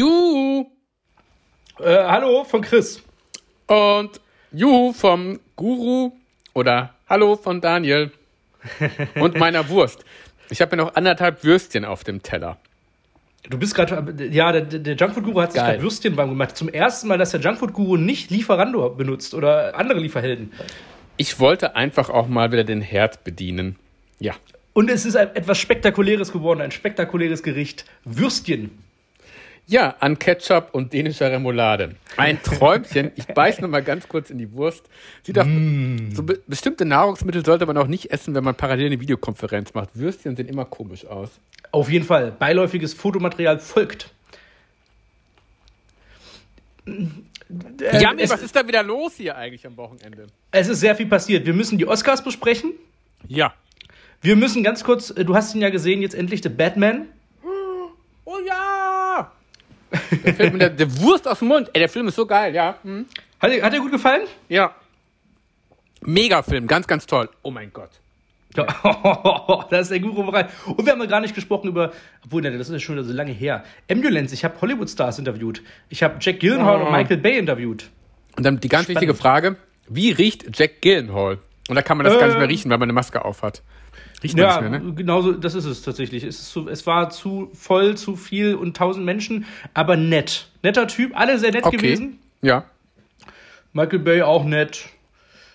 Juhu Äh, hallo von Chris. und Juhu vom Guru oder Hallo von Daniel und meiner Wurst. Ich habe mir noch anderthalb Würstchen auf dem Teller. Du bist gerade, ja, der, der Junkfood-Guru hat sich Geil. gerade Würstchen warm gemacht. Zum ersten Mal, dass der Junkfood-Guru nicht Lieferando benutzt oder andere Lieferhelden. Ich wollte einfach auch mal wieder den Herd bedienen. Ja. Und es ist ein, etwas Spektakuläres geworden, ein spektakuläres Gericht. Würstchen. Ja, an Ketchup und dänischer Remoulade. Ein Träumchen. Ich beiß noch mal ganz kurz in die Wurst. Sieht auch, so be bestimmte Nahrungsmittel sollte man auch nicht essen, wenn man parallel eine Videokonferenz macht. Würstchen sehen immer komisch aus. Auf jeden Fall, beiläufiges Fotomaterial folgt. Äh, Jami, es, was ist da wieder los hier eigentlich am Wochenende? es ist sehr viel passiert. Wir müssen die Oscars besprechen. Ja. Wir müssen ganz kurz, äh, du hast ihn ja gesehen, jetzt endlich The Batman. Oh ja! Der, Film mit der, der Wurst aus dem Mund. Ey, der Film ist so geil, ja. Hm? Hat, dir- hat dir gut gefallen? Ja. Mega Film, ganz, ganz toll. Oh mein Gott. Ja. da ist der Guru bereit. Und wir haben ja gar nicht gesprochen über, obwohl, ne, das ist ja schon wieder so lange her. Ambulance, ich habe Hollywood-Stars interviewt. Ich habe Jack Gyllenhaal Oh. und Michael Bay interviewt. Und dann die ganz Spannend. wichtige Frage: Wie riecht Jack Gillenhall? Und da kann man das gar nicht mehr Ähm. riechen, weil man eine Maske aufhat. Riecht man Ja, nicht mehr, ne? genau so, das ist es tatsächlich. Es, ist zu, es war zu voll, zu viel und tausend Menschen, aber nett. Netter Typ, alle sehr nett Okay. gewesen. Ja. Michael Bay auch nett.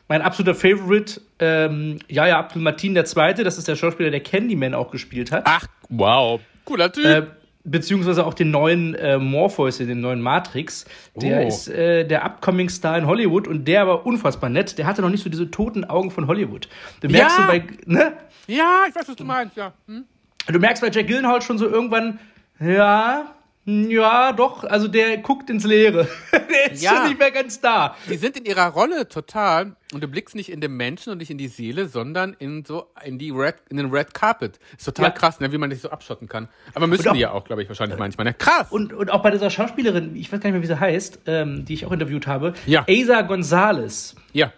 Mein absoluter Favorite, ähm, Jaja Abdul Martin II., das ist der Schauspieler, der Candyman auch gespielt hat. Ach, wow. Cooler Typ. Äh, beziehungsweise auch den neuen äh, Morpheus in den neuen Matrix. Der Oh. ist äh, der upcoming Star in Hollywood und der war unfassbar nett. Der hatte noch nicht so diese toten Augen von Hollywood. Du merkst, Ja. du, bei, ne? ja, ich weiß, was du meinst, ja. Hm? du merkst bei Jack Gyllenhaal schon so irgendwann, ja, ja, doch, also der guckt ins Leere. der ist Ja. schon nicht mehr ganz da. Die sind in ihrer Rolle total und du blickst nicht in den Menschen und nicht in die Seele, sondern in so in die Red, in den Red Carpet. Ist total Ja. krass, ne, wie man sich so abschotten kann. Aber müssen Und auch- die ja auch, glaube ich, wahrscheinlich manchmal. Ne? Krass. Und, und auch bei dieser Schauspielerin, ich weiß gar nicht mehr, wie sie heißt, ähm, die ich auch interviewt habe, Ja. Asa Gonzalez. ja.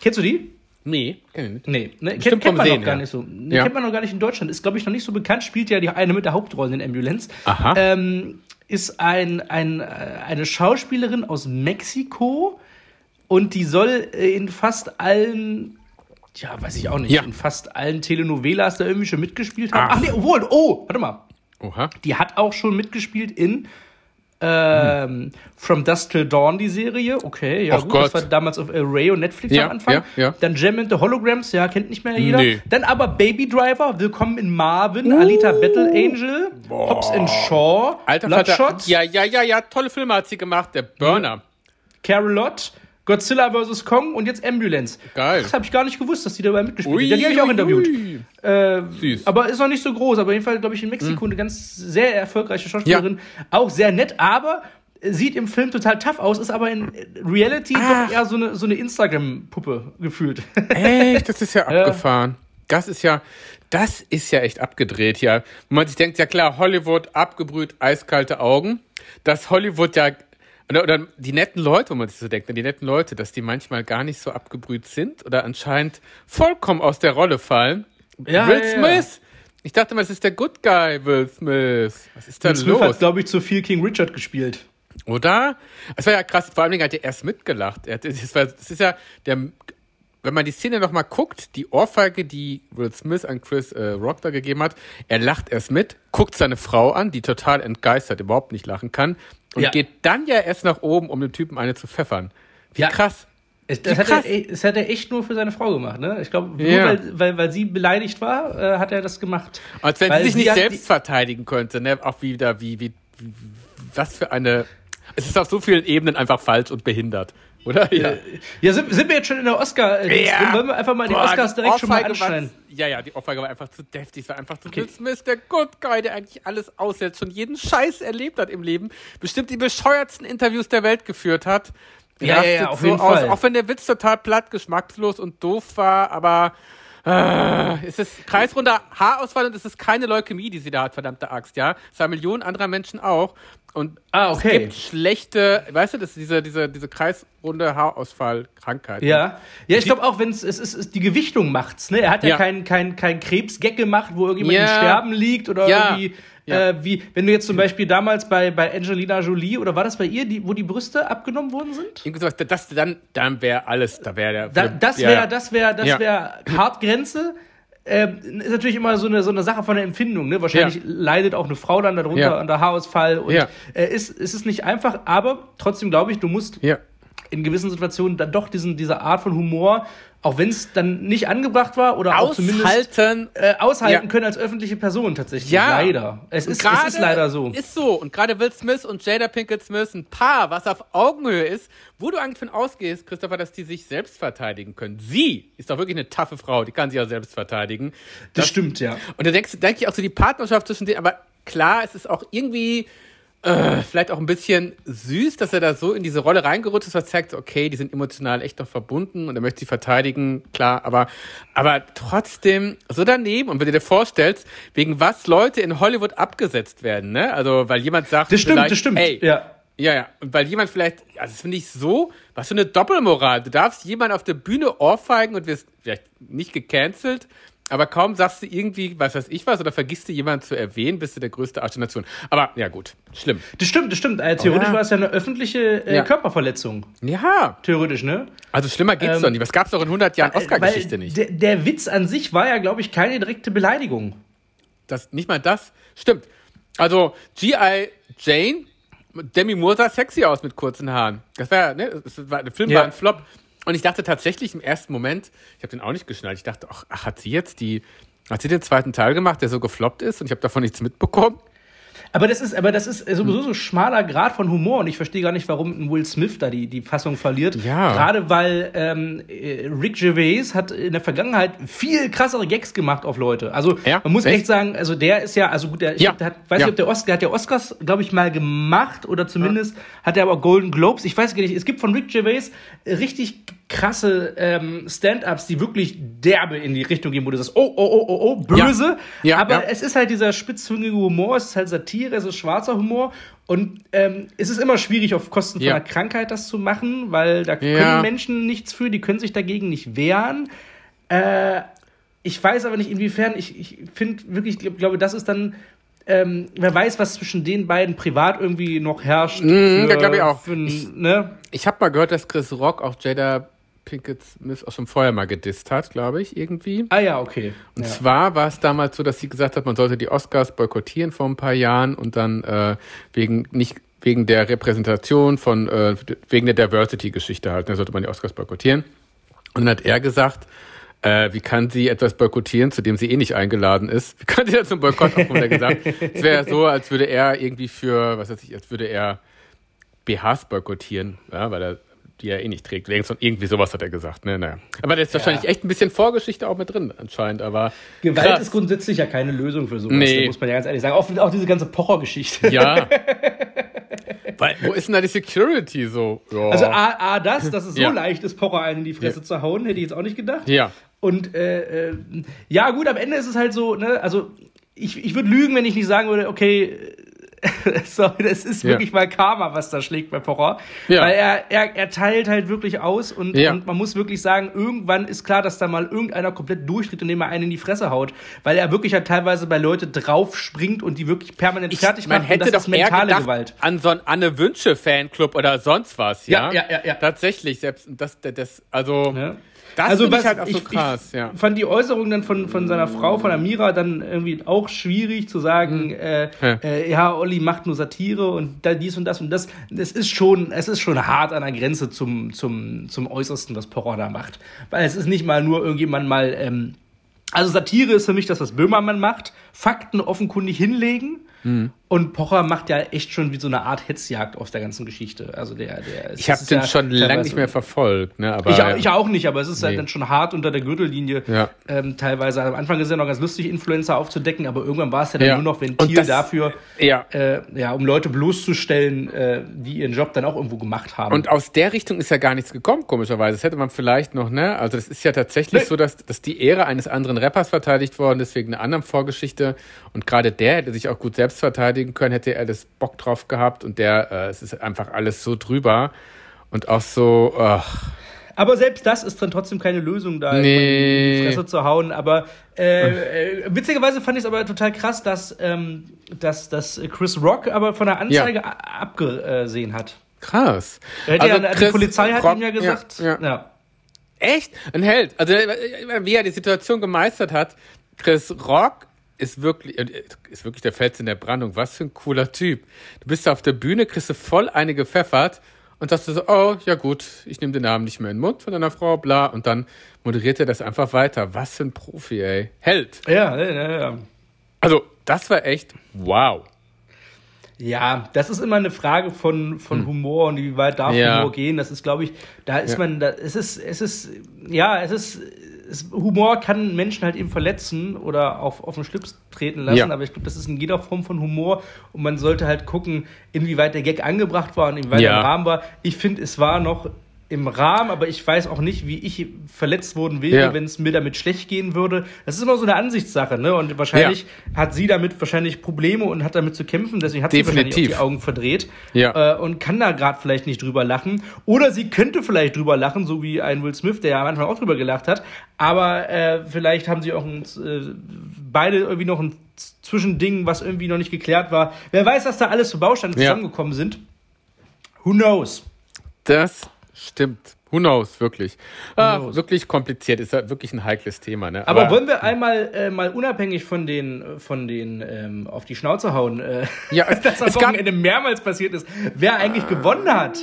Kennst du die? Nee, kenn ich nicht. Nee, ne, kennt, Bestimmt kennt vom man Sehen noch gar her. nicht so. Ne, Ja. Kennt man noch gar nicht in Deutschland. Ist, glaube ich, noch nicht so bekannt. Spielt ja die eine mit der Hauptrolle in Ambulance. Aha. Ähm, ist ein, ein, äh, eine Schauspielerin aus Mexiko und die soll äh, in fast allen, ja, weiß ich auch nicht, Ja. in fast allen Telenovelas da irgendwie schon mitgespielt haben. Ach. Ach, nee, obwohl, oh, warte mal. Oha. Die hat auch schon mitgespielt in ähm, From Dusk Till Dawn, die Serie. Okay, ja, Ach gut. Gott. Das war damals auf Array und Netflix Ja, am Anfang. ja, ja. Dann Jam and the Holograms, ja, kennt nicht mehr jeder. Nee. Uh. Dann aber Baby Driver, Willkommen in Marvin, Alita Battle Angel, Hobbs and Shaw, Alter Vater. Bloodshot, Ja, ja, ja, ja, tolle Filme hat sie gemacht, der Burner. Carolot, Godzilla vs. Kong und jetzt Ambulance. Geil. Das habe ich gar nicht gewusst, dass die dabei mitgespielt haben. Die habe ich auch interviewt. ui. Äh, Süß. aber ist noch nicht so groß. Aber jedenfalls, glaube ich, in Hm. Mexiko eine ganz sehr erfolgreiche Schauspielerin. Auch sehr nett, aber sieht im Film total tough aus, ist aber in Reality Ach. doch eher so eine, so eine Instagram-Puppe gefühlt. Echt, das ist ja abgefahren. Das ist ja, das ist ja echt abgedreht hier. Wo man sich denkt, ja klar, Hollywood abgebrüht, eiskalte Augen. Dass Hollywood ja, oder, oder die netten Leute, wo man sich so denkt, ne, die netten Leute, dass die manchmal gar nicht so abgebrüht sind oder anscheinend vollkommen aus der Rolle fallen. Ja, Will ja, ja. Smith! Ich dachte mal, es ist der Good Guy, Will Smith. Was ist da Will Smith los? hat, glaube ich, zu viel King Richard gespielt. Oder? Es war ja krass, vor allem hat er erst mitgelacht. Er hat- Es war- es ist ja der, wenn man die Szene nochmal guckt, die Ohrfeige, die Will Smith an Chris äh, Rock da gegeben hat, er lacht erst mit, guckt seine Frau an, die total entgeistert überhaupt nicht lachen kann und Ja. geht dann ja erst nach oben, um dem Typen eine zu pfeffern. Wie Ja. krass. Es, das, Wie hat er, krass. eh- das hat er echt nur für seine Frau gemacht, ne? Ich glaube, nur Ja. weil, weil, weil sie beleidigt war, äh, hat er das gemacht. Als wenn Weil sie sich nicht hat selbst verteidigen könnte, ne? Auch wieder, wie, wie, wie, was für eine. Es ist auf so vielen Ebenen einfach falsch und behindert, oder? Ja. Die, ja, sind, sind wir jetzt schon in der oscar äh, drin? Wollen wir einfach mal die Boah, Oscars die direkt schon mal Ohrfeige war- anschneiden? Ja, ja, die Ohrfeige war einfach zu deftig. Es war einfach zu Will Smith, der Good Guy, der eigentlich alles aussetzt, schon jeden Scheiß erlebt hat im Leben, bestimmt die bescheuertsten Interviews der Welt geführt hat. Ja, ja, Rastet ja, auf jeden Fall. Auch wenn der Witz total platt, geschmackslos und doof war, aber äh, es ist kreisrunder Haarausfall und es ist keine Leukämie, die sie da hat, verdammte Axt, ja. Es haben Millionen anderer Menschen auch. Und Ah, es okay. gibt schlechte, weißt du, das ist diese, diese, diese kreisrunde Haarausfallkrankheit. Ja, ja ich glaube auch, wenn es ist, ist, die Gewichtung macht's, ne? Er hat ja, Ja. keinen kein, kein Krebsgag gemacht, wo irgendjemand Ja. im Sterben liegt oder Ja. irgendwie Ja. Äh, wie, wenn du jetzt zum Beispiel damals bei, bei Angelina Jolie oder war das bei ihr, die, wo die Brüste abgenommen worden sind? Irgendwie sowas, das, dann dann wäre alles, da wäre der. Da, das ja, wäre, ja. das wäre, das Ja. wäre Hartgrenze. Ähm, ist natürlich immer so eine, so eine Sache von der Empfindung. Ne? Wahrscheinlich Ja. leidet auch eine Frau dann darunter Ja. unter Haarausfall. Und Ja. äh, ist, ist es nicht einfach, aber trotzdem glaube ich, du musst Ja. in gewissen Situationen dann doch diesen, diese Art von Humor, auch wenn es dann nicht angebracht war oder auch zumindest Aushalten. äh, aushalten Ja. können als öffentliche Person tatsächlich. Ja. Leider. Es ist, Gerade es ist leider so. Ist so. Und gerade Will Smith und Jada Pinkett Smith, ein Paar, was auf Augenhöhe ist, wo du eigentlich von ausgehst, Christopher, dass die sich selbst verteidigen können. Sie ist doch wirklich eine taffe Frau, die kann sich auch selbst verteidigen. das stimmt, ja. Und da denkst, denke ich auch so die Partnerschaft zwischen denen, aber klar, es ist auch irgendwie äh, vielleicht auch ein bisschen süß, dass er da so in diese Rolle reingerutscht ist, was zeigt, okay, die sind emotional echt noch verbunden und er möchte sie verteidigen, klar, aber, aber trotzdem so daneben. Und wenn du dir vorstellst, wegen was Leute in Hollywood abgesetzt werden, ne? Also, weil jemand sagt, Das stimmt, vielleicht, das stimmt. Ey, Ja. ja, ja. Und weil jemand vielleicht, also das finde ich so, was für eine Doppelmoral. Du darfst jemanden auf der Bühne ohrfeigen und wirst vielleicht nicht gecancelt, aber kaum sagst du irgendwie, was weiß ich was, oder vergisst du jemanden zu erwähnen, bist du der größte Arsch der Nation. Aber ja, gut, schlimm. Das stimmt, das stimmt. Äh, theoretisch Ja. war es ja eine öffentliche äh, Ja. Körperverletzung. Ja, Theoretisch, ne? also schlimmer geht's Ähm, doch nicht. Was gab's doch in 100 Jahren Äh, Oscar-Geschichte weil nicht? Der, der Witz an sich war ja, glaube ich, keine direkte Beleidigung. Das, nicht mal das. Stimmt. Also, G.I. Jane, Demi Moore sah sexy aus mit kurzen Haaren. Das war, ja, ne, das war, der Film Ja. war ein Flop. Und ich dachte tatsächlich im ersten Moment, ich habe den auch nicht geschnallt, ich dachte, ach, ach, hat sie jetzt die, hat sie den zweiten Teil gemacht, der so gefloppt ist und ich habe davon nichts mitbekommen? Aber das ist, aber das ist äh, Hm. sowieso so ein schmaler Grad von Humor und ich verstehe gar nicht, warum ein Will Smith da die, die Fassung verliert. Ja. Gerade weil ähm, äh, Rick Gervais hat in der Vergangenheit viel krassere Gags gemacht auf Leute. Also Ja, man muss echt? echt? sagen, also der ist ja, also gut, der, ich Ja. glaub, der hat, weiß Ja. nicht, ob der Oscar, hat der Oscars, glaube ich, mal gemacht oder zumindest hat er aber Golden Globes. Ich weiß gar nicht, es gibt von Rick Gervais richtig krasse ähm, Stand-ups, die wirklich derbe in die Richtung gehen, wo du sagst, oh, oh, oh, oh, oh, Ja. böse. Ja, aber ja. es ist halt dieser spitzzüngige Humor, es ist halt Satire, es ist schwarzer Humor. Und ähm, es ist immer schwierig, auf Kosten Ja. von einer Krankheit das zu machen, weil da Ja. können Menschen nichts für, die können sich dagegen nicht wehren. Äh, ich weiß aber nicht, inwiefern. Ich, ich finde wirklich, ich glaub, glaube, das ist dann. Ähm, wer weiß, was zwischen den beiden privat irgendwie noch herrscht. Mhm, für- da glaub ich auch. Für, Ich- ne? Ich habe mal gehört, dass Chris Rock auch Jada Pinkett Smith auch schon vorher mal gedisst hat, glaube ich, irgendwie. Ah ja, okay. Und Ja. zwar war es damals so, dass sie gesagt hat, man sollte die Oscars boykottieren vor ein paar Jahren und dann äh, wegen nicht wegen der Repräsentation von äh, wegen der Diversity-Geschichte halt, ne, sollte man die Oscars boykottieren. Und dann hat er gesagt, äh, wie kann sie etwas boykottieren, zu dem sie eh nicht eingeladen ist? Wie kann sie da zum Boykott aufrufen? Hat er gesagt, es wäre so, als würde er irgendwie für, was weiß ich, als würde er BHs boykottieren, ja, weil er die er eh nicht trägt. Irgend so- Irgendwie sowas hat er gesagt. Ne? Naja. Aber da ist wahrscheinlich echt ein bisschen Vorgeschichte auch mit drin, anscheinend. Aber Gewalt krass. ist grundsätzlich ja keine Lösung für sowas, Nee. da muss man ja ganz ehrlich sagen. Auch, auch diese ganze Pocher-Geschichte. Ja. Weil, wo ist denn da die Security so? Ja. Also A, A das, dass es so Ja. leicht ist, Pocher einen in die Fresse Ja. zu hauen, hätte ich jetzt auch nicht gedacht. Ja. Und äh, äh, ja, gut, am Ende ist es halt so, ne, also ich, ich würde lügen, wenn ich nicht sagen würde, okay, sorry, das ist Ja. wirklich mal Karma, was da schlägt bei Pocher. Ja. Weil er, er, er teilt halt wirklich aus und, Ja. und man muss wirklich sagen, irgendwann ist klar, dass da mal irgendeiner komplett durchdreht, indem er einen in die Fresse haut. Weil er wirklich halt teilweise bei Leute draufspringt und die wirklich permanent fertig macht. man hätte und das doch ist mehr mentale gedacht Gewalt. an so einen Anne Wünsche Fanclub oder sonst was, ja? Ja, ja, ja, ja. Tatsächlich, selbst das, das- das also Ne? das finde ich was halt auch so krass, ja. fand die Äußerung dann von, von seiner Frau, von Amira, dann irgendwie auch schwierig zu sagen, äh, Mhm. Ja. äh, ja, Olli macht nur Satire und da dies und das und das. Es ist schon, es ist schon hart an der Grenze zum, zum, zum Äußersten, was Porra da macht. Weil es ist nicht mal nur irgendjemand mal, ähm, also Satire ist für mich das, was Böhmermann macht, Fakten offenkundig hinlegen. Mhm. Und Pocher macht ja echt schon wie so eine Art Hetzjagd aus der ganzen Geschichte. Also der, der Ich habe den schon lange lange nicht mehr verfolgt, ne? Aber ich, auch, ich auch nicht, aber es ist halt Nee. dann schon hart unter der Gürtellinie. Ja. Ähm, teilweise am Anfang ist ja noch ganz lustig, Influencer aufzudecken, aber irgendwann war es ja dann Ja. nur noch Und Ventil das- dafür, ja. äh, ja, um Leute bloßzustellen, äh, die ihren Job dann auch irgendwo gemacht haben. Und aus der Richtung ist ja gar nichts gekommen, komischerweise. Das hätte man vielleicht noch, ne? Also das ist ja tatsächlich Nee. so, dass, dass die Ehre eines anderen Rappers verteidigt worden ist wegen einer anderen Vorgeschichte. Und gerade der hätte sich auch gut selbst verteidigen können, hätte er das Bock drauf gehabt. Und der, äh, es ist einfach alles so drüber. Und auch so, ach, Aber selbst das ist dann trotzdem keine Lösung, da nee. in die Fresse zu hauen. Aber äh, äh, witzigerweise fand ich es aber total krass, dass, ähm, dass, dass Chris Rock aber von der Anzeige ja. abgesehen hat. Krass. Also ja, die Polizei hat Rock, ihm ja gesagt. Ja, ja. Echt? Ein Held. Also wie er die Situation gemeistert hat, Chris Rock ist wirklich, äh, ist wirklich der Fels in der Brandung. Was für ein cooler Typ. Du bist da auf der Bühne, kriegst du voll eine gepfeffert und sagst du so, oh, ja gut, ich nehme den Namen nicht mehr in den Mund von deiner Frau, bla. Und dann moderiert er das einfach weiter. Was für ein Profi, ey. Held. Ja, ja, ja. Also, das war echt wow. Ja, das ist immer eine Frage von, von hm. Humor und wie weit darf ja. Humor gehen. Das ist, glaube ich, da ist ja. man, da, es ist, es ist, ja, es ist, es, Humor kann Menschen halt eben verletzen oder auf, auf den Schlips treten lassen, ja. aber ich glaube, das ist in jeder Form von Humor und man sollte halt gucken, inwieweit der Gag angebracht war und inwieweit ja. der Rahmen war. Ich finde, es war noch im Rahmen, aber ich weiß auch nicht, wie ich verletzt worden wäre, ja. wenn es mir damit schlecht gehen würde. Das ist immer so eine Ansichtssache, ne? Und wahrscheinlich ja. hat sie damit wahrscheinlich Probleme und hat damit zu kämpfen, deswegen hat Definitiv. sie wahrscheinlich die Augen verdreht ja. äh, und kann da gerade vielleicht nicht drüber lachen. Oder sie könnte vielleicht drüber lachen, so wie ein Will Smith, der ja am Anfang auch drüber gelacht hat. Aber äh, vielleicht haben sie auch ein, äh, beide irgendwie noch ein Zwischending, was irgendwie noch nicht geklärt war. Wer weiß, was da alles für Bausteine zusammengekommen sind. Who knows? Das Stimmt. Who knows, wirklich. Who ah, knows. wirklich kompliziert, ist ja wirklich ein heikles Thema. Ne? Aber, Aber wollen wir einmal äh, mal unabhängig von den, von den ähm, auf die Schnauze hauen, äh, ja, dass am Wochenende mehrmals passiert ist, wer eigentlich äh, gewonnen hat?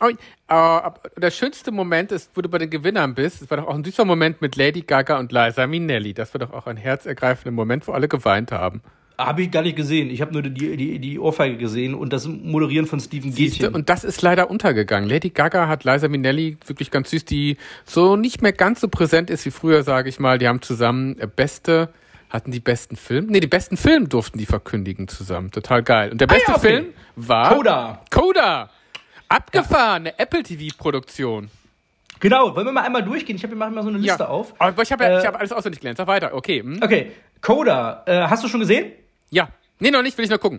Oh, oh, der schönste Moment ist, wo du bei den Gewinnern bist, es war doch auch ein süßer Moment mit Lady Gaga und Liza Minnelli. Das war doch auch ein herzergreifender Moment, wo alle geweint haben. Habe ich gar nicht gesehen. Ich habe nur die, die, die Ohrfeige gesehen und das Moderieren von Steven Gätchen. Und das ist leider untergegangen. Lady Gaga hat Liza Minnelli wirklich ganz süß, die so nicht mehr ganz so präsent ist wie früher, sage ich mal. Die haben zusammen äh, beste, hatten die besten Film? Nee, die besten Film durften die verkündigen zusammen. Total geil. Und der beste ah, ja, okay. Film war Coda. Coda. Abgefahren, eine Apple TV Produktion. Genau, wollen wir mal einmal durchgehen? Ich habe mir mal so eine Liste ja. auf. Aber ich habe ja, äh, ich hab alles auswendig gelernt. Sag weiter. Okay. Hm. Okay. Coda, äh, hast du schon gesehen? Ja. Nee, noch nicht, will ich noch gucken.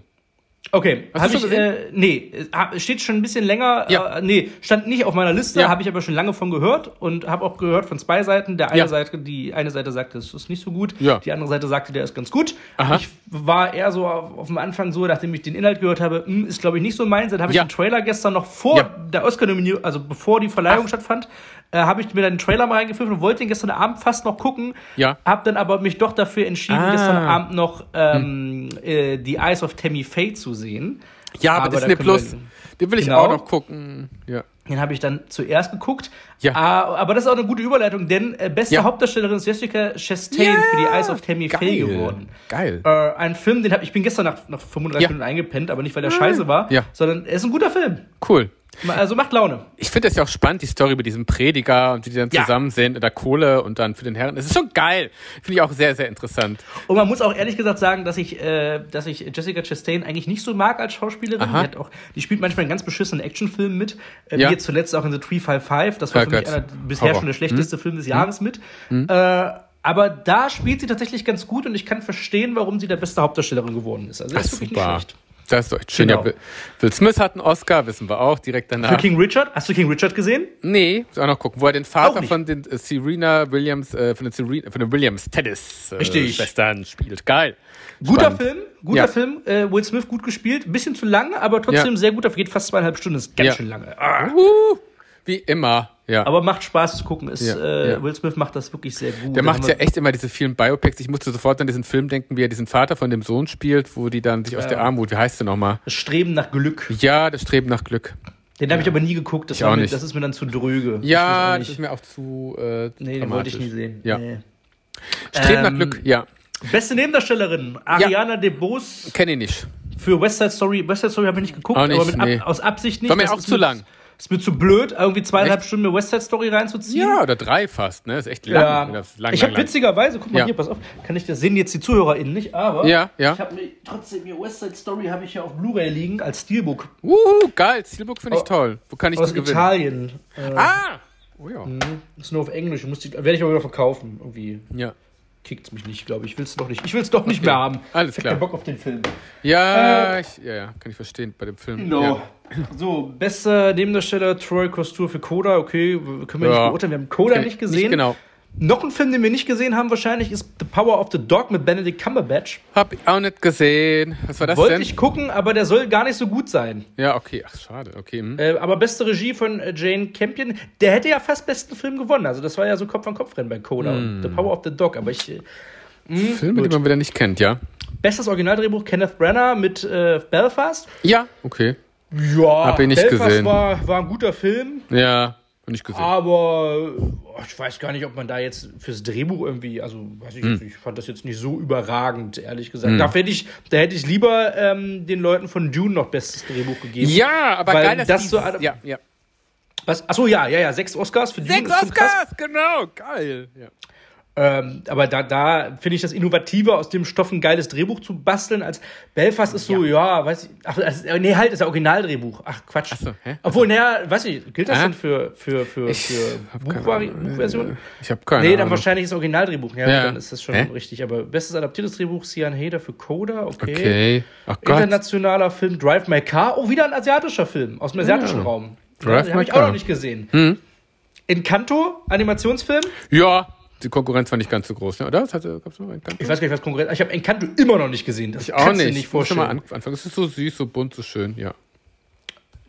Okay, habe ich, äh, nee, hab, steht schon ein bisschen länger, ja. äh, nee, stand nicht auf meiner Liste, ja. habe ich aber schon lange von gehört und habe auch gehört von zwei Seiten. Der eine ja. Seite, die eine Seite sagte, es ist nicht so gut, ja. die andere Seite sagte, der ist ganz gut. Aha. Ich war eher so auf, auf, dem Anfang so, nachdem ich den Inhalt gehört habe, mh, ist glaube ich nicht so meins. Dann habe ich den Trailer gestern noch vor der Oscar-Nominierung, also bevor die Verleihung Ach. stattfand, äh, habe ich mir dann den Trailer mal reingeführt und wollte den gestern Abend fast noch gucken. Ja. Habe dann aber mich doch dafür entschieden, ah. gestern Abend noch ähm, hm. äh, The Eyes of Tammy Faye zu sehen. Ja, aber, aber Disney Plus, den, den will ich genau, auch noch gucken. Ja. Den habe ich dann zuerst geguckt. Ja. Ah, aber das ist auch eine gute Überleitung, denn äh, beste ja. Hauptdarstellerin ist Jessica Chastain yeah. für die Eyes of Tammy Geil. Faye geworden. Geil. Äh, ein Film, den habe ich bin gestern nach, nach 35 ja. Minuten eingepennt, aber nicht weil der scheiße war, ja. sondern er ist ein guter Film. Cool. Also macht Laune. Ich finde das ja auch spannend, die Story mit diesem Prediger und wie die dann Ja. zusammen sind oder Kohle und dann für den Herren. Es ist schon geil. Finde ich auch sehr, sehr interessant. Und man muss auch ehrlich gesagt sagen, dass ich, äh, dass ich Jessica Chastain eigentlich nicht so mag als Schauspielerin. Die, Aha. hat auch, die spielt manchmal in ganz beschissenen Actionfilmen mit. Äh, Ja. Wie jetzt zuletzt auch in The 355. Das war Ja, für mich Gott. einer, bisher Horror. Hm? schon der schlechteste Film des Jahres mit. Äh, aber da spielt sie tatsächlich ganz gut und ich kann verstehen, warum sie der beste Hauptdarstellerin geworden ist. Also das ist wirklich nicht schlecht. Das ist doch echt schön. Genau. Ja, Will- Will Smith hat einen Oscar, wissen wir auch, direkt Für danach. King Richard? Hast du King Richard gesehen? Nee, muss auch noch gucken, wo er den Auch Vater nicht. von den äh, Serena Williams, äh, von den Serena, von den Williams Tennis äh, Richtig. Schwestern spielt. Geil. Guter Spannend. Film, guter Ja. Film. Äh, Will Smith gut gespielt. Bisschen zu lang, aber trotzdem Ja. sehr gut. Da geht fast zweieinhalb Stunden. Ist ganz Ja. schön lange. Ah. Uh, wie immer, ja. Aber macht Spaß zu gucken. Ist, Ja, äh, ja. Will Smith macht das wirklich sehr gut. der Dann macht haben ja wir- echt immer diese vielen Biopics. Ich musste sofort an diesen Film denken, wie er diesen Vater von dem Sohn spielt, wo die dann sich aus der Armut, wie heißt der nochmal? das Streben nach Glück. Ja, das Streben nach Glück. Den habe ich aber nie geguckt. Das, Ich war auch mir, nicht. das ist mir dann zu dröge. Ich weiß auch Ja, nicht. das ist mir auch zu. Äh, Nee, den wollte dramatisch. ich nie sehen. Ja. Nee. Streben Ähm, nach Glück, ja. Beste Nebendarstellerin, Ariana DeBose Kenne ich nicht. für West Side Story. West Side Story habe ich nicht geguckt, Auch nicht, aber mit nee. ab, aus Absicht nicht. War mir Das auch ist zu lang. Ist mir zu blöd, irgendwie zweieinhalb Stunden mir West Side Story reinzuziehen. Ja, oder drei fast, ne? Ist echt lang. Hm. Ja. Das ist lang, ich lang, habe lang. witzigerweise, guck mal Ja. hier, pass auf, kann ich das sehen jetzt die ZuhörerInnen nicht, aber Ja, ja. ich habe mir trotzdem hier West Side Story habe ich ja auf Blu-ray liegen als Steelbook Wuhu, geil. Steelbook finde ich Au- toll. Wo kann ich Oh. aus die gewinnen? Italien. Hm. Äh, Ah! Oh ja. Ist nur auf Englisch, muss die, werde ich aber wieder verkaufen irgendwie. Ja. kickt's mich nicht, glaube ich. Ich will's doch nicht. Ich will's doch nicht mehr haben. Alles ich hab klar. keinen Bock auf den Film. Ja, ich, ja, ja, kann ich verstehen bei dem Film. Äh. No. Ja. So, bester Nebendarsteller Troy Costur für Coda. Okay, können wir Ja. nicht beurteilen. Wir haben Coda Kenn ich nicht gesehen. genau. Noch ein Film, den wir nicht gesehen haben, wahrscheinlich ist The Power of the Dog mit Benedict Cumberbatch. Hab ich auch nicht gesehen. Was war das Wollte denn? ich gucken, aber der soll gar nicht so gut sein. Ja, okay. Ach, schade. Okay. hm. Äh, aber beste Regie von äh, Jane Campion, der hätte ja fast besten Film gewonnen. Also das war ja so Kopf an Kopf rennen bei Coda Mm. und The Power of the Dog. Aber ich äh, Filme, die man wieder nicht kennt, ja? bestes Originaldrehbuch Kenneth Branagh mit äh, Belfast. Ja. Okay. Ja, Hab ihn nicht Belfast gesehen. War, war ein guter Film, Ja, hab nicht gesehen. Ah. aber äh, ich weiß gar nicht, ob man da jetzt fürs Drehbuch irgendwie, also weiß Hm. ich, jetzt nicht, ich fand das jetzt nicht so überragend, ehrlich gesagt. Da, hätte ich, da hätte ich lieber ähm, den Leuten von Dune noch bestes Drehbuch gegeben. Ja, aber Weil geil, dass das die, so ad- ja, ja. Was? Achso, ja, ja, ja, sechs Oscars für Dune. ist schon krass. genau, geil. Ja. Ähm, aber da, da finde ich das innovativer, aus dem Stoff ein geiles Drehbuch zu basteln, als Belfast ist so, ja, weiß ich, ach, das, ist- nee, halt, ist ja Originaldrehbuch. Ach, Quatsch. so, hä? Obwohl, naja, weiß ich, gilt das Hä? denn für, für, für, für hab keine Buchvari- Ahnung. Buchversion? Ich habe keine Nee, dann Ahnung. wahrscheinlich ist Originaldrehbuch. Ja, Ja. dann ist das schon Hä? richtig. Aber bestes adaptiertes Drehbuch, Sian Heder für Coda, okay. Okay. Ach Gott. Internationaler Film Drive My Car. Oh, wieder ein asiatischer Film aus dem asiatischen Ja. Raum. Drive Den My habe ich auch Car. Hm. noch nicht gesehen. Encanto, Animationsfilm. Ja, die Konkurrenz war nicht ganz so groß, ne? oder? Das hatte, gab's noch einen Ich weiß gar nicht, was Konkurrenz. Ich habe Encanto immer noch nicht gesehen. Das Ich auch kannst du dir nicht. nicht Muss schon vorstellen. mal an, anfangen. Es ist so süß, so bunt, so schön, ja.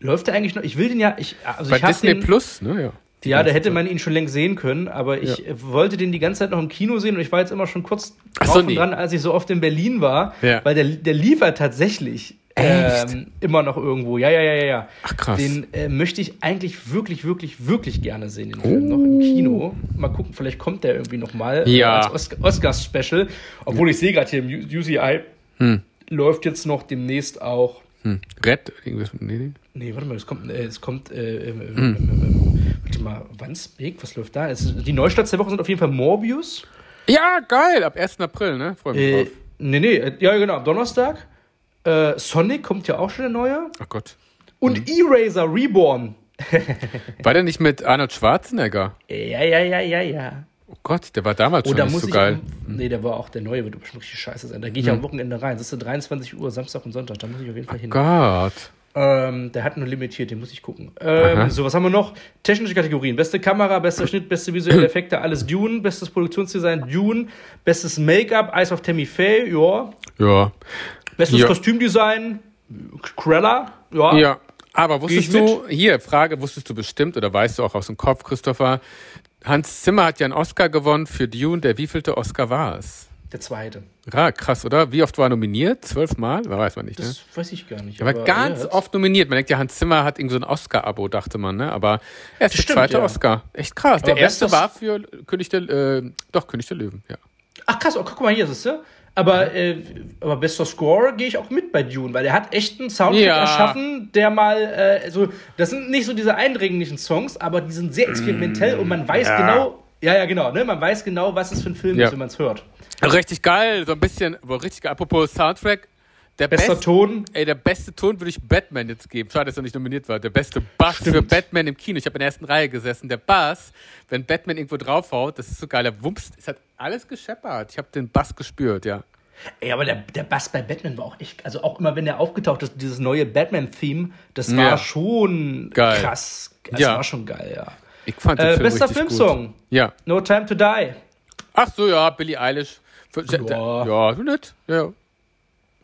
Läuft der eigentlich noch? Ich will den ja. Ich, also Bei ich hab Disney den, Plus, ne? Ja. Die Ja, da ganze hätte Zeit. man ihn schon längst sehen können, aber ich äh, wollte den die ganze Zeit noch im Kino sehen und ich war jetzt immer schon kurz Ach drauf so, nee. und dran, als ich so oft in Berlin war, Ja. weil der, der liefert tatsächlich Echt? ähm, immer noch irgendwo. Ja, ja, ja, ja, ja. Ach, krass. Den äh, möchte ich eigentlich wirklich, wirklich, wirklich gerne sehen, den Film noch im Kino. Mal gucken, vielleicht kommt der irgendwie nochmal Oh. Ja. als Osc Oscars-Special. Obwohl ich sehe gerade hier im U- UCI läuft jetzt noch demnächst auch Hm. Red, irgendwas. Nee, nee. Nee, warte mal, es kommt, äh, es kommt, äh, ähm, Hm. ähm, ähm, ähm, warte mal, Wandsbek, was läuft da? Es, die Neustarts der Woche sind auf jeden Fall Morbius. Ja, geil. Ab 1. April, ne? Freue mich Äh, drauf. nee, nee, äh, ja genau, am Donnerstag. Äh, Sonic kommt ja auch schon der neue. Ach Oh Gott. Und Mhm. Eraser Reborn. War der nicht mit Arnold Schwarzenegger? Ja, ja, ja, ja, ja. Oh Gott, der war damals schon Oder nicht muss so ich. geil. Mhm. Nee, der war auch der neue, wird bestimmt richtig scheiße sein. Da gehe ich am Wochenende rein. Das ist 23 Uhr, Samstag und Sonntag. Da muss ich auf jeden Fall hin. Gott. Ähm, der hat nur limitiert, den muss ich gucken. Ähm, Aha. so, was haben wir noch? Technische Kategorien. Beste Kamera, bester Schnitt, beste visuelle Effekte, alles Dune. Bestes Produktionsdesign, Dune. Bestes Make-up, Eyes of Tammy Faye, ja. Ja. Bestes Ja. Kostümdesign, Krella, ja. Ja, aber wusstest Geh ich du, hier, Frage, wusstest du bestimmt oder weißt du auch aus dem Kopf, Christopher, Hans Zimmer hat ja einen Oscar gewonnen für Dune. Der wievielte Oscar war es? Der zweite. Ja, krass, oder? Wie oft war er nominiert? Zwölfmal? Weiß man nicht, ne? Das weiß ich gar nicht. Er war ganz ja, das- oft nominiert. Man denkt ja, Hans Zimmer hat irgendwie so ein Oscar-Abo, dachte man, ne? Aber er ist der Stimmt, zweite ja. Oscar. Echt krass. Aber der erste bestes- war für König der, äh, doch, König der Löwen, ja. Ach krass, oh, guck mal hier, siehst du? Mhm. Aber, äh, aber bester Score gehe ich auch mit bei Dune, weil der hat echt einen Soundtrack Ja. erschaffen, der mal, äh, so, das sind nicht so diese eindringlichen Songs, aber die sind sehr experimentell und man weiß Mhm. ja. genau, ja, ja, genau, ne? Man weiß genau, was es für ein Film Ja. ist, wenn man es hört. Richtig geil, so ein bisschen, aber richtig geil. Apropos Soundtrack, der Bester best, Ton, Ey, der beste Ton würde ich Batman jetzt geben. Schade, dass er nicht nominiert war. Der beste Bass Stimmt. für Batman im Kino. Ich habe in der ersten Reihe gesessen. Der Bass, wenn Batman irgendwo draufhaut, das ist so geil. Der wumpst, es hat alles gescheppert. Ich habe den Bass gespürt, ja. ey, aber der, der Bass bei Batman war auch echt, also auch immer, wenn der aufgetaucht ist, dieses neue Batman-Theme, das war Ja. schon Geil. krass. Das Ja. war schon geil, ja. Ich fand den Äh, Film bester richtig gut. Filmsong. Ja. No Time to Die. Ach so, ja, Billie Eilish. Für, Ja. Ja, so nett. Ja.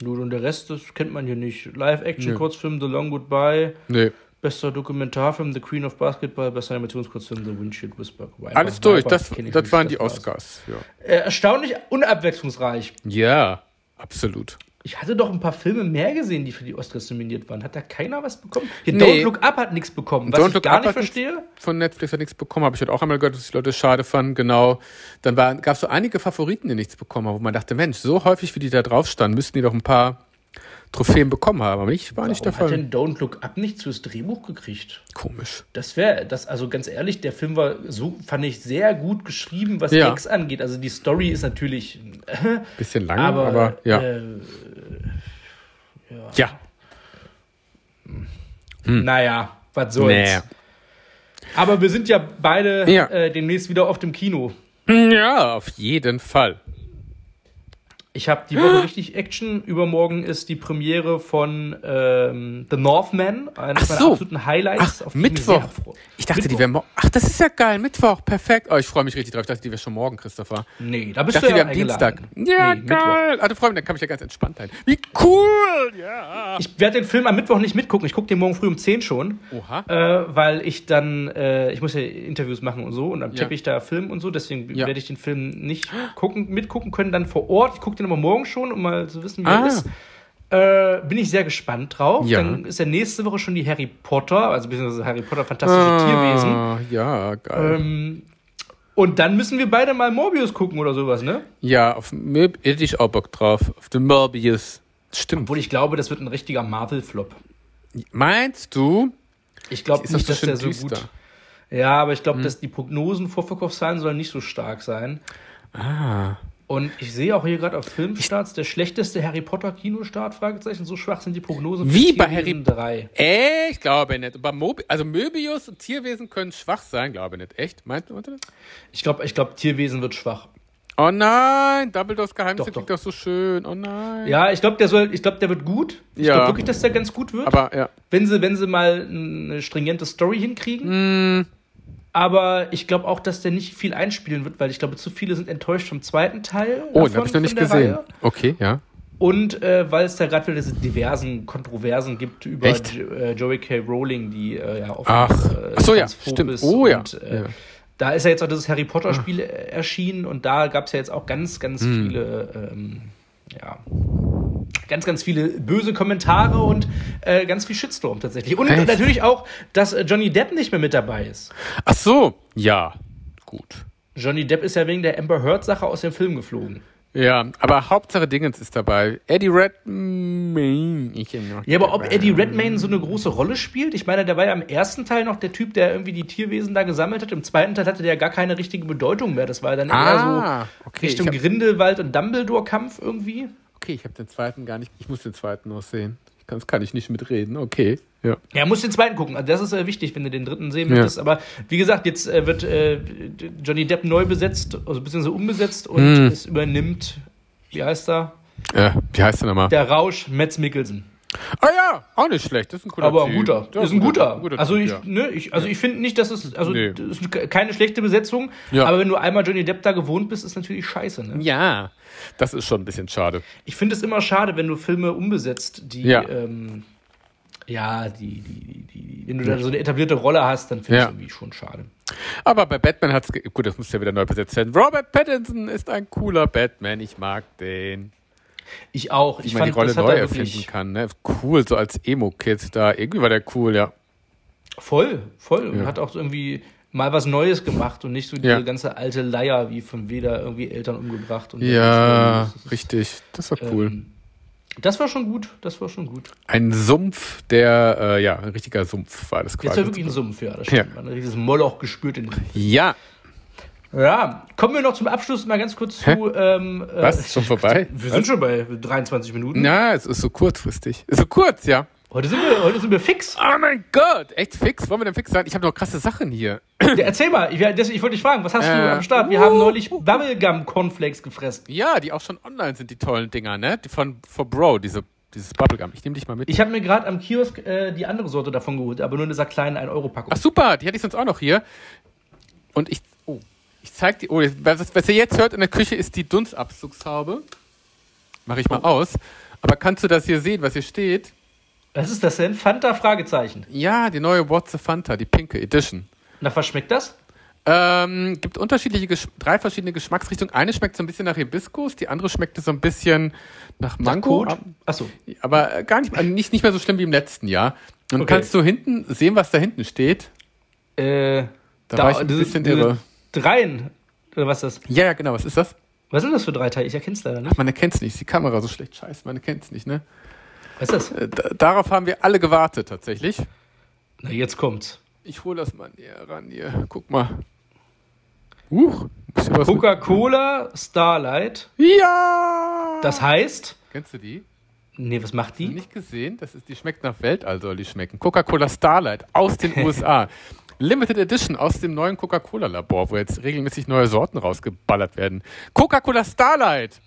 Nun, und der Rest, das kennt man hier nicht. Live-Action-Kurzfilm, The Long Goodbye. Nee. Bester Dokumentarfilm, The Queen of Basketball. Bester Animationskurzfilm, The Windshield Whisper. Viper, Alles durch. Viper, Das, kenn ich das nicht, waren die war's. Oscars. Ja. Äh, erstaunlich unabwechslungsreich. ja, absolut. Ich hatte doch ein paar Filme mehr gesehen, die für die Oscars nominiert waren. Hat da keiner was bekommen? Hier, Nee. Don't Look Up hat nichts bekommen, was Don't ich Look gar Up nicht hat nix- verstehe. von Netflix hat nichts bekommen. Habe ich heute auch einmal gehört, dass die Leute es schade fanden. Genau. Dann gab es so einige Favoriten, die nichts bekommen haben, wo man dachte, Mensch, so häufig, wie die da drauf standen, müssten die doch ein paar Trophäen bekommen haben. Aber nicht, war nicht der Warum hat Fall. denn Don't Look Up nichts fürs Drehbuch gekriegt? Komisch. Das wäre, das, also ganz ehrlich, der Film war so, fand ich, sehr gut geschrieben, was Ja. Gags angeht. Also die Story ist natürlich Bisschen lang, aber, Aber, ja. äh, ja. naja, was soll's. Hm. Nee. Aber wir sind ja beide Ja. Äh, demnächst wieder auf dem Kino. Ja, auf jeden Fall. Ich habe die Ah. Woche richtig Action. Übermorgen ist die Premiere von ähm, The Northman, eines Ach meiner so. absoluten Highlights. Ach, die ich mich Mittwoch. sehr freue. Ich dachte, die Mittwoch. wäre morgen. Ach, das ist ja geil. Mittwoch, perfekt. Oh, ich freue mich richtig drauf. Ich dachte, die wäre schon morgen, Christopher. Nee, da Ich bist dachte, du die ja wäre am Dienstag. eingeladen. Ja, Nee, Mittwoch. geil. Also, Freunde, dann kann ich ja ganz entspannt sein. Wie cool. Ja. Ich werde den Film am Mittwoch nicht mitgucken. Ich gucke den morgen früh um 10 schon. Oha. Äh, weil ich dann, äh, ich muss ja Interviews machen und so und am Ja. Teppich da filmen und so, deswegen Ja. werde ich den Film nicht gucken, mitgucken können, dann vor Ort. Ich gucke den aber morgen schon, um mal zu wissen, wie Ah. er ist. Äh, bin ich sehr gespannt drauf. Ja. Dann ist ja nächste Woche schon die Harry Potter, also beziehungsweise Harry Potter fantastische Tierwesen. Ah, ja, geil. Ähm, und dann müssen wir beide mal Morbius gucken oder sowas, ne? Ja, auf Möb hätte ich auch Bock drauf. Auf den Morbius. Stimmt. Obwohl ich glaube, das wird ein richtiger Marvel-Flop. Meinst du? Ich glaube Ist das nicht, so dass schön der so düster? Hm. gut. Ja, aber ich glaube, dass die Prognosen Vorverkaufszahlen sollen nicht so stark sein. Ah. Und ich sehe auch hier gerade auf Filmstarts der schlechteste Harry Potter Kinostart Fragezeichen. So schwach sind die Prognosen. Wie bei Harry- 3. Äh, ich glaube nicht. Aber Mobi also Möbius und Tierwesen können schwach sein, glaube ich nicht. Echt? Meinst du warte? Ich glaube, ich glaube Tierwesen wird schwach. Oh nein, Dumbledores Geheimnisse Doch, doch. klingt doch so schön. Oh nein. Ja, ich glaube, der soll, ich glaube, der wird gut. Ich Ja. glaube wirklich, dass der ganz gut wird. Aber ja. wenn sie, wenn sie mal eine stringente Story hinkriegen. Hm. Aber ich glaube auch, dass der nicht viel einspielen wird, weil ich glaube, zu viele sind enttäuscht vom zweiten Teil. Oh, davon, den habe ich noch nicht von der gesehen. Reihe. Okay, ja. Und äh, weil es da gerade wieder diese diversen Kontroversen gibt über Echt? Jo- äh, Joey K. Rowling, die äh, ja offen Ach. äh, Ach so, ja, transphob stimmt. ist Oh, ja. Und, äh, Ja. Ah. Da ist ja jetzt auch dieses Harry Potter-Spiel äh, erschienen und da gab es ja jetzt auch ganz, ganz Hm. viele, ähm, ja, ganz, ganz viele böse Kommentare und äh, ganz viel Shitstorm tatsächlich. Und Echt? natürlich auch, dass äh, Johnny Depp nicht mehr mit dabei ist. Ach so. Ja. Gut. Johnny Depp ist ja wegen der Amber Heard-Sache aus dem Film geflogen. Ja, aber Hauptsache Dingens ist dabei. Eddie Redmayne. Ich erinnere mich Ja, aber ob daran. Eddie Redmayne so eine große Rolle spielt, ich meine, der war ja im ersten Teil noch der Typ, der irgendwie die Tierwesen da gesammelt hat. Im zweiten Teil hatte der ja gar keine richtige Bedeutung mehr. Das war dann Ah, eher so okay, Richtung ich hab- Grindelwald und Dumbledore-Kampf irgendwie. Okay, ich habe den zweiten gar nicht. Ich muss den zweiten noch sehen. Das kann ich nicht mitreden. Okay. Ja. Ja, muss den zweiten gucken. Also das ist äh, wichtig, wenn du den dritten sehen Ja. möchtest. Aber wie gesagt, jetzt äh, wird äh, Johnny Depp neu besetzt, also beziehungsweise umbesetzt Hm. und es übernimmt, wie heißt er? Äh, wie heißt der nochmal? Der Rausch Metz Mikkelsen. Ah ja, auch nicht schlecht. Das ist ein cooler Aber ein Typ. guter. Ja, ist ein guter. also Typ, ich, ja. ne, ich, also ich finde nicht, dass es. Also Nee. das ist keine schlechte Besetzung, Ja. aber wenn du einmal Johnny Depp da gewohnt bist, ist natürlich scheiße. Ne? Ja, das ist schon ein bisschen schade. Ich finde es immer schade, wenn du Filme umbesetzt, die. Ja. Ähm, ja, die, die, die, die, wenn du da so eine etablierte Rolle hast, dann finde ich Ja. es irgendwie schon schade. Aber bei Batman hat's ge gut, das muss ja wieder neu besetzt werden. Robert Pattinson ist ein cooler Batman, ich mag den. Ich auch. Ich Ich meine, die fand, Rolle das hat neu er erfinden wirklich kann, ne? Cool, so als Emo-Kid da. Irgendwie war der cool, ja. voll, voll. Und hat auch so irgendwie mal was Neues gemacht und nicht so diese Ja. ganze alte Leier wie von weder irgendwie Eltern umgebracht und Ja, Das ist- richtig. Das war cool. Ähm, Das war schon gut, das war schon gut. ein Sumpf, der, äh, ja, ein richtiger Sumpf war das Jetzt quasi. war wirklich ein Sumpf, ja. Das stimmt. Ja. Man hat dieses Moloch gespürt. In ja, ja, kommen wir noch zum Abschluss mal ganz kurz Hä? zu. Ähm, äh, was? Schon vorbei? Wir sind schon bei 23 Minuten. Na, es ist so kurzfristig. Ist so kurz, ja. Heute, sind wir, heute sind wir fix. Oh mein Gott, echt fix? Wollen wir denn fix sein? Ich habe noch krasse Sachen hier. Ja, Erzähl mal, ich, ja, deswegen- ich wollte dich fragen, was hast Äh, du am Start? Wir uh, haben neulich Bubblegum Cornflakes gefressen. Ja, die auch schon online sind, die tollen Dinger, ne? Die von, von Bro, diese, dieses Bubblegum. Ich nehme dich mal mit. Ich habe mir gerade am Kiosk äh, die andere Sorte davon geholt, aber nur in dieser kleinen 1-Euro-Packung. Ach super, die hätte ich sonst auch noch hier. Und ich, oh, ich zeig dir, oh, was, was ihr jetzt hört in der Küche ist die Dunstabzugshaube. Mache ich mal aus. Aber kannst du das hier sehen, was hier steht? Was ist das denn? Fanta? Fragezeichen. Ja, die neue What's the Fanta, die pinke Edition. Nach was schmeckt das? Ähm, gibt unterschiedliche, Gesch drei verschiedene Geschmacksrichtungen. Eine schmeckt so ein bisschen nach Hibiskus, die andere schmeckte so ein bisschen nach Mango. Ah. Kot? Achso. Aber äh, gar nicht, also nicht, nicht mehr so schlimm wie im letzten Jahr. Und Okay. kannst du hinten sehen, was da hinten steht? Äh, Da war ich ein bisschen irre. Dreien. Oder was ist das? Ja, ja, genau. Was ist das? Was sind das für drei Teile? Ich erkenne es leider nicht. Man erkennt es nicht. Ist Die Kamera so schlecht. Scheiße, man erkennt es nicht, ne? Was ist das? Äh, d- darauf haben wir alle gewartet, tatsächlich. Na, jetzt kommt's. Ich hole das mal näher ran hier. Guck mal. Huch. Muss hier was mit- Coca-Cola Starlight. Ja! Das heißt. Kennst du die? Nee, was macht die? Nicht gesehen, das ist, die schmeckt nach Weltall, soll die schmecken. Coca-Cola Starlight aus den USA. Limited Edition aus dem neuen Coca-Cola-Labor, wo jetzt regelmäßig neue Sorten rausgeballert werden. Coca-Cola Starlight!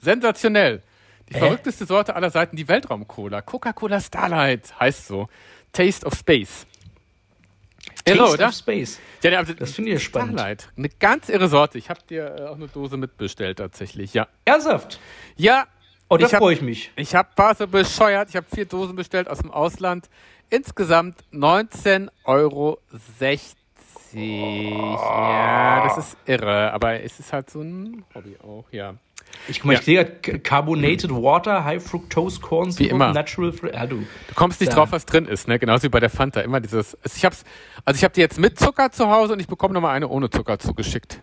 Sensationell. Die verrückteste Sorte aller Seiten, die Weltraum-Cola. Coca-Cola Starlight heißt so. Taste of Space. Irre, Taste oder? of Space. Ja, ja, Das finde ich ja spannend. Starlight. Eine ganz irre Sorte. Ich habe dir äh, auch eine Dose mitbestellt tatsächlich, ja. Ernsthaft? Ja, Oh, da Ich hab- freue ich mich. ich habe paar so bescheuert. Ich habe vier Dosen bestellt aus dem Ausland. Insgesamt 19,60 Euro. Ja, das ist irre. Aber es ist halt so ein Hobby auch, ja. Ich guck mal, Ja. ich sehe gerade K- Carbonated Water, High Fructose Corn Syrup, immer. Natural Fr ja, du. Du kommst nicht Da. drauf, was drin ist, ne? Genauso wie bei der Fanta. Immer dieses. Also ich hab's, also ich habe die jetzt mit Zucker zu Hause und ich bekomme nochmal eine ohne Zucker zugeschickt.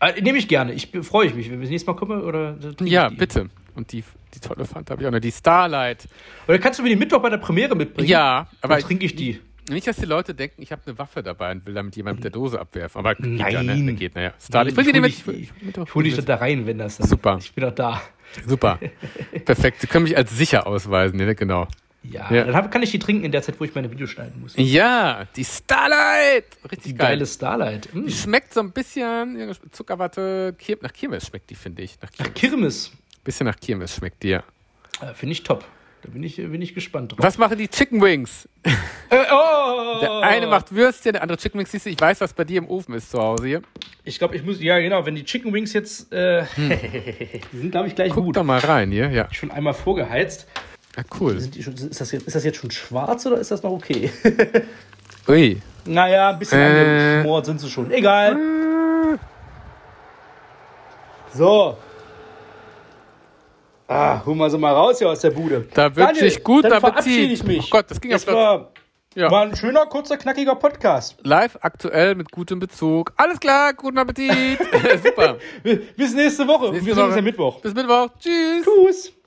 Äh, Nehme ich gerne. Ich be- freue ich mich, wenn wir das nächste Mal kommen. Oder so trinke Ja, ich die. bitte. Und die, die tolle Fanta habe ich auch noch. Die Starlight. Oder kannst du mir die Mittwoch bei der Premiere mitbringen? Ja, aber aber dann trinke ich die. Nicht, dass die Leute denken, ich habe eine Waffe dabei und will damit jemand mit der Dose abwerfen. Aber geht ja, Nein. Hm, ne? Geht, naja. Star, ich hol bring dir den mit. dich- Ich hole dich da rein, wenn das dann. Super. Ich bin auch da. Super. Perfekt. Sie können mich als sicher ausweisen, ne? Genau. Ja, Ja. dann hab, kann ich die trinken in der Zeit, wo ich meine Videos schneiden muss. Ja, die Starlight. Richtig Die geil. geile Starlight. Mm. Die schmeckt so ein bisschen ja, Zuckerwatte. Kir nach Kirmes schmeckt die, finde ich. Nach Kirmes. Ach, Kirmes. Bisschen nach Kirmes schmeckt die, ja. Äh, Finde ich top. Da bin ich, äh, bin ich gespannt drauf. Was machen die Chicken Wings? Äh, oh! Der eine macht Würstchen, der andere Chicken Wings. Siehst du, ich weiß, was bei dir im Ofen ist zu Hause hier. Ich glaube, ich muss. Ja, genau, wenn die Chicken Wings jetzt. Äh, die sind, glaube ich, gleich Hm. Guck gut. doch mal rein hier, ja. Schon einmal vorgeheizt. Ah, cool. Sind die schon, ist, das jetzt, ist das jetzt schon schwarz oder ist das noch okay? Ui. naja, ein bisschen Äh. angeschmort sind sie schon. Egal. So. Ah, holen wir sie mal raus hier aus der Bude. Da wünsche Daniel, ich guten dann verabschiede Appetit. Ich mich. Oh Gott, das ging ja das flott. war, Ja. war ein schöner, kurzer, knackiger Podcast. Live, aktuell, mit gutem Bezug. Alles klar, guten Appetit. Super. Bis nächste Woche. Nächste Wir sehen uns Woche. am Mittwoch. Bis Mittwoch. Tschüss. Tschüss.